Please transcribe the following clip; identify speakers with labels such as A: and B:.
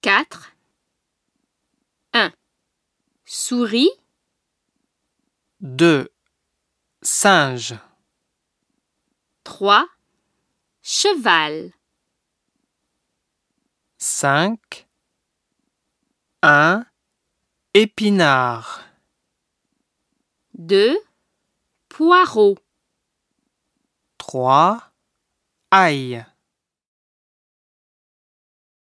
A: 4 1 Souris
B: 2. Singe.
A: 3 Cheval
B: 5. 1. Épinard.
A: 2 Poireau
B: 3. Ail.